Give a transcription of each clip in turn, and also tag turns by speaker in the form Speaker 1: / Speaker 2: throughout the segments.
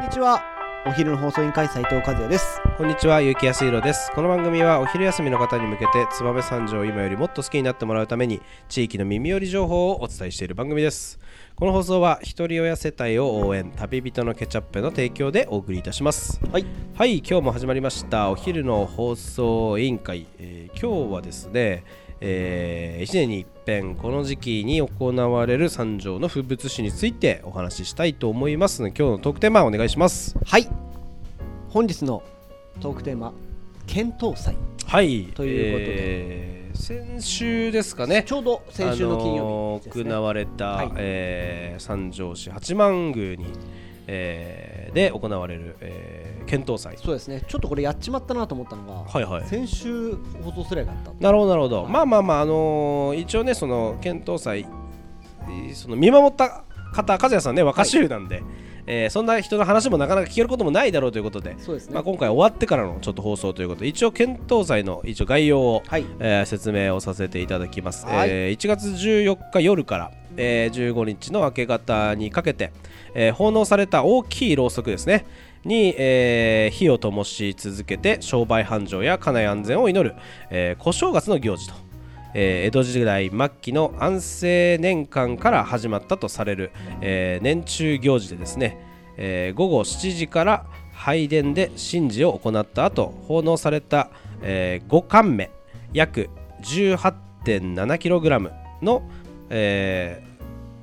Speaker 1: んにちはお昼の放送委員会斉藤和也です
Speaker 2: こんにちは、ゆうきやすいろです。この番組はお昼休みの方に向けて、燕三条を今よりもっと好きになってもらうために、地域の耳寄り情報をお伝えしている番組です。この放送は、ひとり親世帯を応援、旅人のケチャップの提供でお送りいたします。
Speaker 1: はい
Speaker 2: はい、今日も始まりました、お昼の放送委員会。えー今日はですね、え1年に一遍この時期に行われる三条の風物詩についてお話ししたいと思いますので今日のトークテーマお願いします
Speaker 1: はい本日のトークテーマ検討祭
Speaker 2: はい
Speaker 1: ということで
Speaker 2: えー先週ですかね
Speaker 1: ちょうど先週の金曜日です、ね
Speaker 2: あのー行われた、
Speaker 1: はい
Speaker 2: えー三条市八幡宮に、えーで行われる、えー検討祭
Speaker 1: そうですねちょっとこれやっちまったなと思ったのが、
Speaker 2: はいはい
Speaker 1: 先週放送すればよかった
Speaker 2: なるほどなるほどまあまあまああのー一応ねその検討祭えーその見守った方和也さんね若衆なんで、えーそんな人の話もなかなか聞けることもないだろうということで
Speaker 1: そうですね、
Speaker 2: まあ、今回終わってからのちょっと放送ということで一応検討祭の一応概要を、
Speaker 1: はい
Speaker 2: えー説明をさせていただきます、
Speaker 1: はい
Speaker 2: えー1月14日夜から、えー15日の明け方にかけて、えー奉納された大きいろうそくですねに、えー火を灯し続けて商売繁盛や家内安全を祈る、えー小正月の行事と、えー江戸時代末期の安政年間から始まったとされる、えー年中行事でですね、えー午後7時から拝殿で神事を行った後奉納された、えー、5貫目約 18.7kg の、え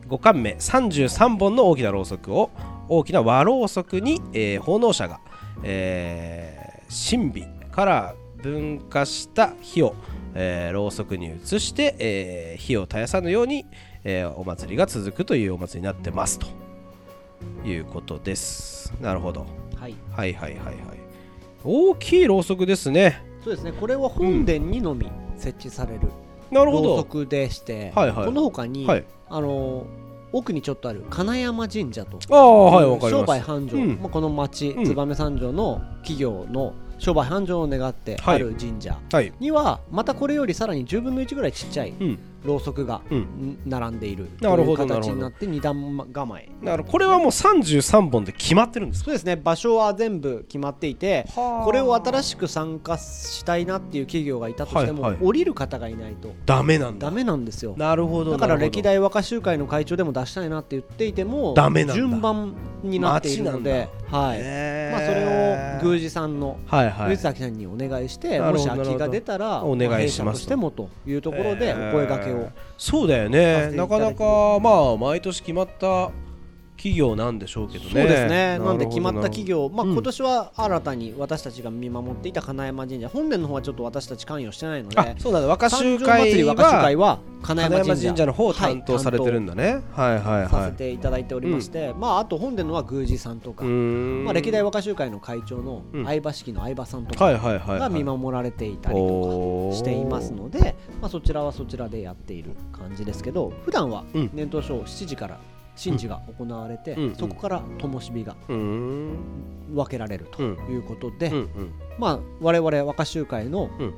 Speaker 2: ー、5貫目33本の大きなろうそくを大きな和ろうそくに、えー奉納者が、えー神秘から分化した火を、えーろうそくに移して、えー火を絶やさぬように、えーお祭りが続くというお祭りになってますということです。なるほど。
Speaker 1: はい、
Speaker 2: はいはいはいはい。大きいろうそくですね。
Speaker 1: そうですねこれは本殿にのみ設置される、
Speaker 2: なるほ
Speaker 1: ろうそ
Speaker 2: ど。
Speaker 1: くでして、
Speaker 2: はいはい
Speaker 1: この他に、
Speaker 2: はい
Speaker 1: あのー奥にちょっとある金山神社と
Speaker 2: ああはいわかり
Speaker 1: 商
Speaker 2: ま
Speaker 1: 売
Speaker 2: す。
Speaker 1: 繁盛、
Speaker 2: うん
Speaker 1: まあ、この町
Speaker 2: うん
Speaker 1: 燕三条の企業の商売繁盛を願って
Speaker 2: は
Speaker 1: あ
Speaker 2: い
Speaker 1: る神社
Speaker 2: はい。
Speaker 1: にはまたこれよりさらに10分の1ぐらいちっちゃい
Speaker 2: うん。
Speaker 1: ろうそくが
Speaker 2: うん
Speaker 1: ん並んでいると
Speaker 2: なる
Speaker 1: い
Speaker 2: ほ
Speaker 1: う
Speaker 2: どなるほ
Speaker 1: 形
Speaker 2: ど
Speaker 1: になって二段構え
Speaker 2: だからこれはもう三十三本で決まってるんですか。
Speaker 1: そうですね場所は全部決まっていて
Speaker 2: はあ
Speaker 1: これを新しく参加したいなっていう企業がいたとしても、
Speaker 2: はいはい
Speaker 1: 降りる方がいないと
Speaker 2: ダメなんだ。
Speaker 1: ダメなんですよ
Speaker 2: なるほど。
Speaker 1: だから
Speaker 2: なるほど
Speaker 1: 歴代若衆会の会長でも出したいなって言っていても
Speaker 2: ダメなんだ
Speaker 1: 順番になっているので、はい
Speaker 2: へえ
Speaker 1: まあ、それを宮司さんの
Speaker 2: はいは
Speaker 1: 上
Speaker 2: い。
Speaker 1: 崎さんにお願いして、
Speaker 2: な
Speaker 1: も
Speaker 2: るほ
Speaker 1: し
Speaker 2: ど
Speaker 1: 空きが出たら
Speaker 2: お願いしま
Speaker 1: 弊社と
Speaker 2: す
Speaker 1: してもというところで
Speaker 2: え
Speaker 1: お
Speaker 2: ー
Speaker 1: 声掛けを、
Speaker 2: そうだよ
Speaker 1: させ
Speaker 2: ね
Speaker 1: ていただ
Speaker 2: なか
Speaker 1: いて
Speaker 2: なかまあ毎年決まった企業なんでしょうけどね
Speaker 1: そうですねなんで
Speaker 2: るほど
Speaker 1: 決まった企業、まあ、
Speaker 2: うん
Speaker 1: 今年は新たに私たちが見守っていた金山神社、本年の方はちょっと私たち関与してないので
Speaker 2: あそうだね若
Speaker 1: 三
Speaker 2: 衆
Speaker 1: 条祭り
Speaker 2: 会
Speaker 1: 若衆会
Speaker 2: は
Speaker 1: は金山
Speaker 2: 金
Speaker 1: 神社
Speaker 2: 山神社の方を担当されてるん
Speaker 1: で、
Speaker 2: だねは
Speaker 1: は
Speaker 2: いはい
Speaker 1: い担当
Speaker 2: は
Speaker 1: さ
Speaker 2: い
Speaker 1: せていただいておりまして、まあ、あと本殿のは宮司さんとか、
Speaker 2: うーん
Speaker 1: まあ、歴代若衆会の会長の
Speaker 2: うん
Speaker 1: 相場式の相場さんとか
Speaker 2: はいはいはいは
Speaker 1: が
Speaker 2: い
Speaker 1: 見守られていたりと
Speaker 2: お
Speaker 1: か
Speaker 2: ー
Speaker 1: していますので、まあ、そちらはそちらでやっている感じですけど普段は
Speaker 2: うん
Speaker 1: 年頭賞7時から神事が行われて、
Speaker 2: うん
Speaker 1: そこから灯火が
Speaker 2: うーん
Speaker 1: 分けられると
Speaker 2: うん
Speaker 1: いうことで、
Speaker 2: うんうん
Speaker 1: まあ、我々若衆会の
Speaker 2: うん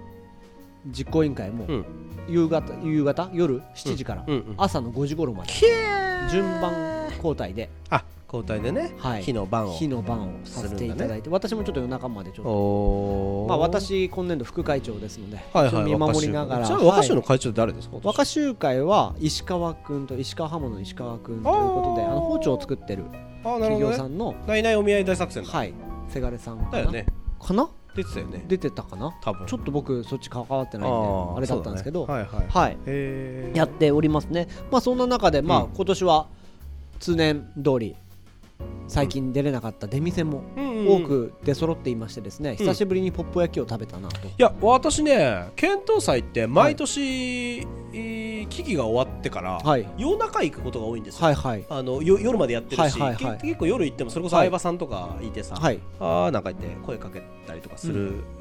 Speaker 1: 実行委員会も
Speaker 2: うん
Speaker 1: 夕方夕方夜7時から
Speaker 2: うんうん
Speaker 1: 朝の5時頃まで
Speaker 2: きえ
Speaker 1: 順番交代で
Speaker 2: あ交代でね
Speaker 1: はい
Speaker 2: 火の番を
Speaker 1: 火の番をさせていただいて、私もちょっと夜中までちょっと
Speaker 2: おー
Speaker 1: まあ、私今年度副会長ですので、
Speaker 2: はい
Speaker 1: 一
Speaker 2: は
Speaker 1: 応
Speaker 2: い
Speaker 1: 見守りながら
Speaker 2: 若衆会ちなみに若衆
Speaker 1: は
Speaker 2: の会長って誰ですか
Speaker 1: い若衆会は石川君と石川刃物の石川君ということで
Speaker 2: あ
Speaker 1: あ
Speaker 2: ー
Speaker 1: の包丁を作ってる
Speaker 2: あなる
Speaker 1: 企
Speaker 2: ほど
Speaker 1: 業
Speaker 2: ね
Speaker 1: さんの、
Speaker 2: ないないお見合い大作戦だ
Speaker 1: はいせがれさんか
Speaker 2: だ
Speaker 1: な,、
Speaker 2: よね
Speaker 1: かな
Speaker 2: 出てたよね
Speaker 1: 出てたかな
Speaker 2: 多分
Speaker 1: ちょっと僕そっち関わってないんで
Speaker 2: ー
Speaker 1: あれだったんですけど、
Speaker 2: そうだねはいはい
Speaker 1: はい
Speaker 2: へー
Speaker 1: やっておりますねまあそんな中で、まあ
Speaker 2: うん
Speaker 1: 今年は通年通り最近出れなかった出店も
Speaker 2: うんうんう
Speaker 1: 多
Speaker 2: ん
Speaker 1: く出揃っていましてですね、久しぶりにポッポ焼きを食べたなと、
Speaker 2: いや私ね検討祭って毎年、えー期期が終わってから、
Speaker 1: はい
Speaker 2: 夜中行くことが多いんですよ、
Speaker 1: はいはい
Speaker 2: あのよ夜までやってるし、
Speaker 1: はいはいはい
Speaker 2: け結構夜行ってもそれこそ
Speaker 1: はい
Speaker 2: 相葉さんとかいてさ、
Speaker 1: はい
Speaker 2: あーなんか言って声かけたりとかする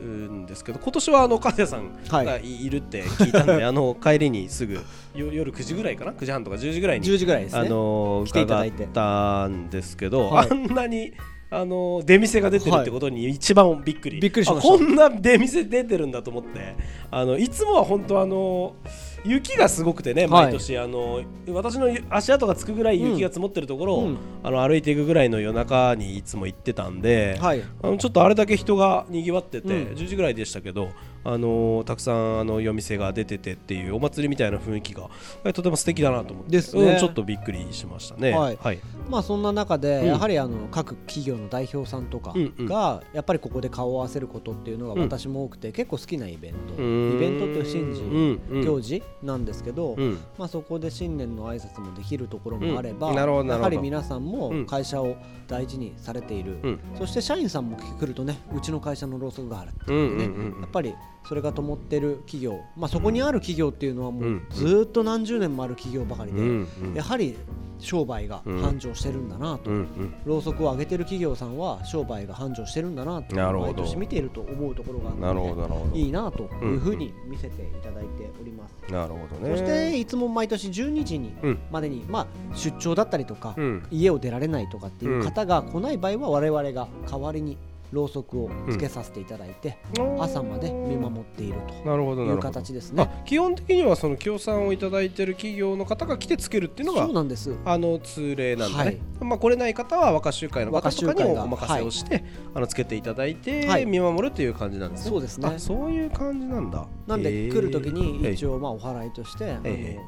Speaker 2: んですけど、今年はあの和也さん
Speaker 1: はい
Speaker 2: がいいるって聞いた んで、あの帰りにすぐよ夜9時ぐらいかな9時半とか10時ぐらいに
Speaker 1: 10時ぐらいですね
Speaker 2: あのー
Speaker 1: 来ていただいて
Speaker 2: 伺ったんですけど、
Speaker 1: はい
Speaker 2: あんなにあのー出店が出てるってことに一番びっくり、
Speaker 1: びっくりしました
Speaker 2: あこんな出店出てるんだと思ってあのいつもは本当あのー雪がすごくてね、
Speaker 1: はい
Speaker 2: 毎年あの私の足跡がつくぐらい雪が積もってるところを、
Speaker 1: うん
Speaker 2: あの歩いていくぐらいの夜中にいつも行ってたんで、
Speaker 1: はい
Speaker 2: あのちょっとあれだけ人がにぎわってて、
Speaker 1: うん
Speaker 2: 10時ぐらいでしたけど、あのたくさんあの夜店が出ててっていうお祭りみたいな雰囲気がえとても素敵だなと思って
Speaker 1: ですね
Speaker 2: うんちょっとびっくりしましたね。
Speaker 1: はい
Speaker 2: はい
Speaker 1: まあそんな中で、
Speaker 2: うん
Speaker 1: やはりあの各企業の代表さんとか
Speaker 2: うんうん
Speaker 1: がやっぱりここで顔を合わせることっていうのが
Speaker 2: うん
Speaker 1: 私も多くて、結構好きなイベント、
Speaker 2: うーん
Speaker 1: イベントっていう神事、
Speaker 2: うん
Speaker 1: 行事なんですけど、
Speaker 2: うんうん
Speaker 1: まあ、そこで新年の挨拶もできるところもあれば、
Speaker 2: うんなるほどな
Speaker 1: や
Speaker 2: るほど
Speaker 1: はり皆さん
Speaker 2: うん
Speaker 1: も会社を大事にされている、
Speaker 2: うん
Speaker 1: そして社員さんも来るとねうちの会社のろうそくがあるって
Speaker 2: うんうんう
Speaker 1: ね、や
Speaker 2: ん
Speaker 1: っぱりそれが灯ってる企業、まあ、そこにある企業っていうのはも
Speaker 2: う
Speaker 1: うんずーっと何十年もある企業ばかり
Speaker 2: うん
Speaker 1: で、
Speaker 2: うん
Speaker 1: やはり商売が繁盛してるんだなと、
Speaker 2: うんうん
Speaker 1: ろうそくを上げてる企業さんは商売が繁盛してるんだなと
Speaker 2: なるほど
Speaker 1: 毎年見ていると思うところがあって
Speaker 2: なるほどなるほど
Speaker 1: いいなというふうに見せていただいております。
Speaker 2: なるほど
Speaker 1: そ
Speaker 2: ね。
Speaker 1: していつも毎年12時に
Speaker 2: うん
Speaker 1: までに、まあ、出張だったりとか、
Speaker 2: うん
Speaker 1: 家を出られないとかっていう方が来ない場合は我々が代わりにろうそくをつけさせていただいて、朝まで見守っている
Speaker 2: なるほ
Speaker 1: と
Speaker 2: ど
Speaker 1: い
Speaker 2: なる
Speaker 1: う
Speaker 2: ほど。
Speaker 1: 形です
Speaker 2: あ
Speaker 1: ね。
Speaker 2: 基本的にはその協賛をいただいてる企業の方が来てつけるっていうのが
Speaker 1: そうなんです
Speaker 2: あの通例なんで、ね
Speaker 1: はい
Speaker 2: まあ、来れない方は若集会の方とか
Speaker 1: 若
Speaker 2: に
Speaker 1: 衆会
Speaker 2: お
Speaker 1: が
Speaker 2: お任せをして、あのつけていただいて、
Speaker 1: はい
Speaker 2: 見守るという感じなんですね。
Speaker 1: そうですね
Speaker 2: あそういう感じなんだ。
Speaker 1: なんで来る時に一
Speaker 2: 応、
Speaker 1: 応まあお祓いとして、あの
Speaker 2: え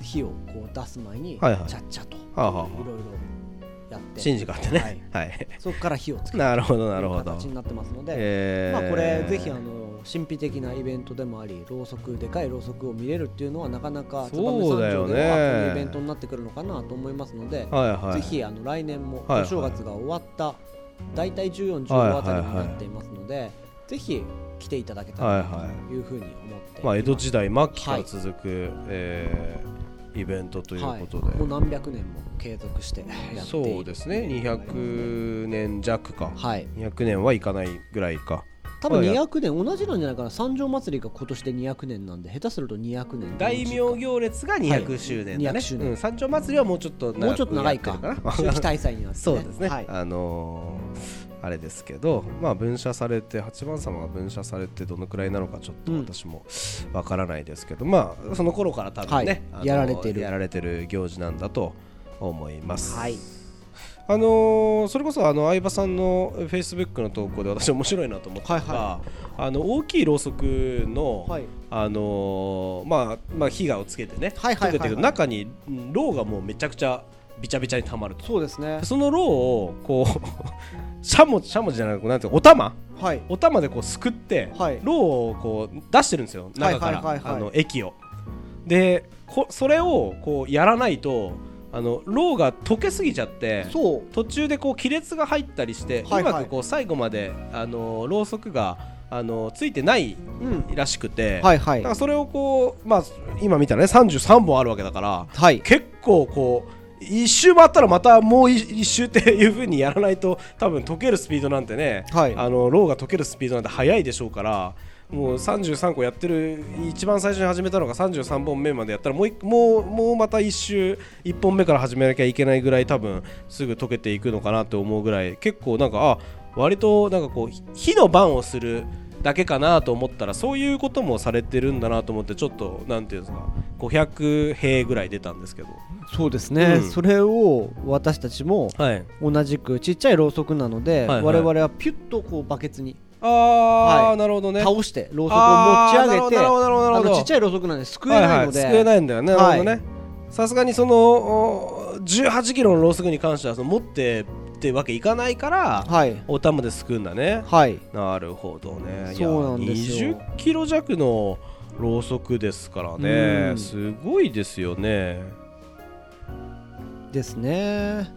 Speaker 1: 火をこう出す前にち
Speaker 2: は
Speaker 1: ゃ
Speaker 2: いはい
Speaker 1: っちゃとい
Speaker 2: はあはあはあ
Speaker 1: ろいろやって、
Speaker 2: 信じがあってね。はい。
Speaker 1: そこから火をつける
Speaker 2: なるほどなるほど
Speaker 1: 形。になってますので、
Speaker 2: え
Speaker 1: まあ、
Speaker 2: ー
Speaker 1: これぜひあの神秘的なイベントでもありろうそくでかいろうそくを見れるっていうのはなかなか燕三
Speaker 2: そうだよ
Speaker 1: 条
Speaker 2: ね
Speaker 1: ではこういうイベントになってくるのかなと思いますので、
Speaker 2: はいは
Speaker 1: ぜ
Speaker 2: い。
Speaker 1: ひあの来年も
Speaker 2: はいはい
Speaker 1: お正月が終わった大体14、
Speaker 2: はい
Speaker 1: 15
Speaker 2: はい
Speaker 1: あたりになっていますのでぜひ来ていただけた
Speaker 2: はい
Speaker 1: ら
Speaker 2: は
Speaker 1: というふうに思ってい
Speaker 2: い。まあ江戸時代末期か
Speaker 1: は
Speaker 2: ら
Speaker 1: い
Speaker 2: 続く、えーイベントということで。
Speaker 1: はい、もう何百年も継続してやっている
Speaker 2: そうですね。200年弱か。
Speaker 1: はい
Speaker 2: 200年はいかないぐらいか。
Speaker 1: 多分200年同じなんじゃないかな三条祭りが今年で200年なんで下手すると200年
Speaker 2: 大名行列が200周年だね、
Speaker 1: 200周年
Speaker 2: うん、山頂祭りはもうちょっと
Speaker 1: もうちょっと長い
Speaker 2: や
Speaker 1: か
Speaker 2: ってるな
Speaker 1: 秋 大祭になって、ね、
Speaker 2: そうですね、
Speaker 1: はい、
Speaker 2: あのーあれですけどまあ分社されて八番様が分社されてどのくらいなのかちょっと
Speaker 1: うん
Speaker 2: 私もわからないですけど、まあその頃から多分ね、
Speaker 1: はい
Speaker 2: あのー
Speaker 1: やられてる
Speaker 2: やられてる行事なんだと思います、
Speaker 1: はい
Speaker 2: あのーそれこそあの相葉さんのフェイスブックの投稿で私面白いなと思ったのが、
Speaker 1: は
Speaker 2: あの大きいろうそくの、
Speaker 1: はい
Speaker 2: あのーまあまあ火がをつけてね、
Speaker 1: はいはいはいはい
Speaker 2: つけてるけど中にうんろうがもうめちゃくちゃびちゃびちゃにたまると
Speaker 1: そうですね
Speaker 2: そのろうをこう しゃもしゃもじじゃなくてなんていうのお玉
Speaker 1: はい
Speaker 2: お玉でこうすくって、
Speaker 1: はい
Speaker 2: ろうをこう出してるんですよ中から、
Speaker 1: はいはいはいはい
Speaker 2: あの液をでこそれをこうやらないとあのろうが溶けすぎちゃって
Speaker 1: そう
Speaker 2: 途中でこう亀裂が入ったりして、
Speaker 1: はいはいう
Speaker 2: まくこう最後まであのろうそくがあのついてない
Speaker 1: うん
Speaker 2: らしくて、
Speaker 1: はいはい
Speaker 2: だからそれをこう、まあ、今見たらね33本あるわけだから
Speaker 1: はい
Speaker 2: 結構こう一周回ったらまたもう一一周っていう風にやらないと多分溶けるスピードなんてね、
Speaker 1: はい
Speaker 2: あのローが溶けるスピードなんて速いでしょうからもう33個やってる一番最初に始めたのが33本目までやったらもう一もうもうまた一周1本目から始めなきゃいけないぐらい多分すぐ溶けていくのかなと思うぐらい結構なんかあ割となんかこうひ火の番をするだけかなと思ったらそういうこともされてるんだなと思ってちょっとなんていうんですか500兵ぐらい出たんですけど
Speaker 1: そうですね、
Speaker 2: うん
Speaker 1: それを私たちも
Speaker 2: はい
Speaker 1: 同じくちっちゃいろうそくなので、
Speaker 2: はいはい
Speaker 1: 我々はピュッとこうバケツに
Speaker 2: ああ、
Speaker 1: はい
Speaker 2: なるほどね
Speaker 1: 倒してろうそくを持ち上げて
Speaker 2: あーなるほどなるほどな
Speaker 1: あ
Speaker 2: るほど
Speaker 1: のちっちゃいろうそくなんですくえないので、
Speaker 2: はいはい、救えないんだよね、
Speaker 1: はい
Speaker 2: なるほどねさすがにそのお18キロのロースクに関してはその持ってってわけいかないから
Speaker 1: はい
Speaker 2: お玉ですくうんだね
Speaker 1: はい
Speaker 2: なるほどね
Speaker 1: そうなんですよ
Speaker 2: いや20キロ弱のろうそくですからね、
Speaker 1: うん
Speaker 2: すごいですよね
Speaker 1: ですね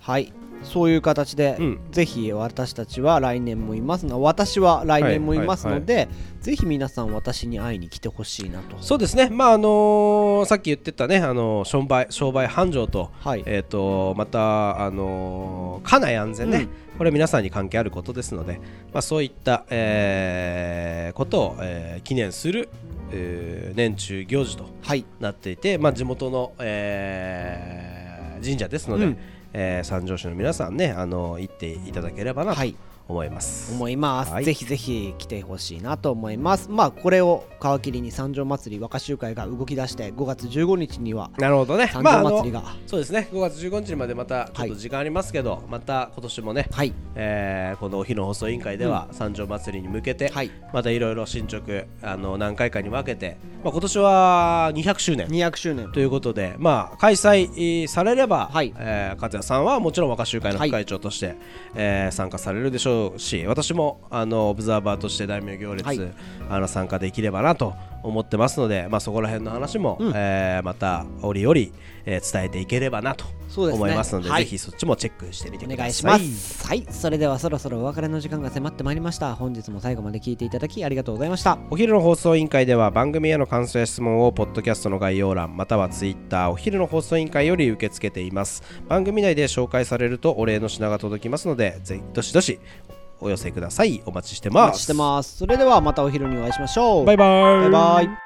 Speaker 1: はいそういう形で、
Speaker 2: うん
Speaker 1: ぜひ私たちは来年もいますの私は来年もいますので、ぜひ皆さん私に会いに来てほしいなと
Speaker 2: そうですねまああのーさっき言ってたねあのー商売商売繁盛と
Speaker 1: はい
Speaker 2: えー、とまた、あのー家内安全ね、これ皆さんに関係あることですので、まあ、そういった、えーことを、えー記念する、えー年中行事と
Speaker 1: はい
Speaker 2: なっていて、まあ、地元の、えー神社ですので、
Speaker 1: うん
Speaker 2: えー三条市の皆さんね、あの行っていただければなと
Speaker 1: はい
Speaker 2: 思います
Speaker 1: 思います、
Speaker 2: はい
Speaker 1: ぜひぜひ来てほしいなと思いますまあこれを皮切りに三条祭り若集会が動き出して5月15日には
Speaker 2: なるほどね
Speaker 1: 三
Speaker 2: まああ
Speaker 1: 条
Speaker 2: の
Speaker 1: 祭りが、
Speaker 2: そうですね5月15日までまたちょっと時間ありますけど、また今年もね、
Speaker 1: はい
Speaker 2: えーこのお昼の放送委員会では、三条祭りに向けて、
Speaker 1: はい
Speaker 2: またいろいろ進捗あの何回かに分けて、まあ、今年は200周年
Speaker 1: 200周年
Speaker 2: ということで、まあ、開催えーされれば、
Speaker 1: はい
Speaker 2: えー、勝也さんはもちろん若集会の
Speaker 1: は
Speaker 2: 副
Speaker 1: い
Speaker 2: 会長として、えー参加されるでしょうし私もあのオブザーバーとして大名行列、
Speaker 1: はい
Speaker 2: あの参加できればなと思ってますので、まあ、そこら辺の話も、えーまた折々、えー伝えていければなと
Speaker 1: そうですね
Speaker 2: 思いますので
Speaker 1: はい
Speaker 2: ぜひそっちもチェックしてみてく
Speaker 1: お
Speaker 2: ださい。
Speaker 1: 願いしますはいそれではそろそろお別れの時間が迫ってまいりました本日も最後まで聞いていただきありがとうございました
Speaker 2: お昼の放送委員会では番組への感想や質問をポッドキャストの概要欄またはツイッターお昼の放送委員会より受け付けています番組内で紹介されるとお礼の品が届きますのでぜひどしどしお寄せくださいお待ちして
Speaker 1: お
Speaker 2: ます
Speaker 1: 待ちしてますそれではまたお昼にお会いしましょう
Speaker 2: バイバイ
Speaker 1: バイバイ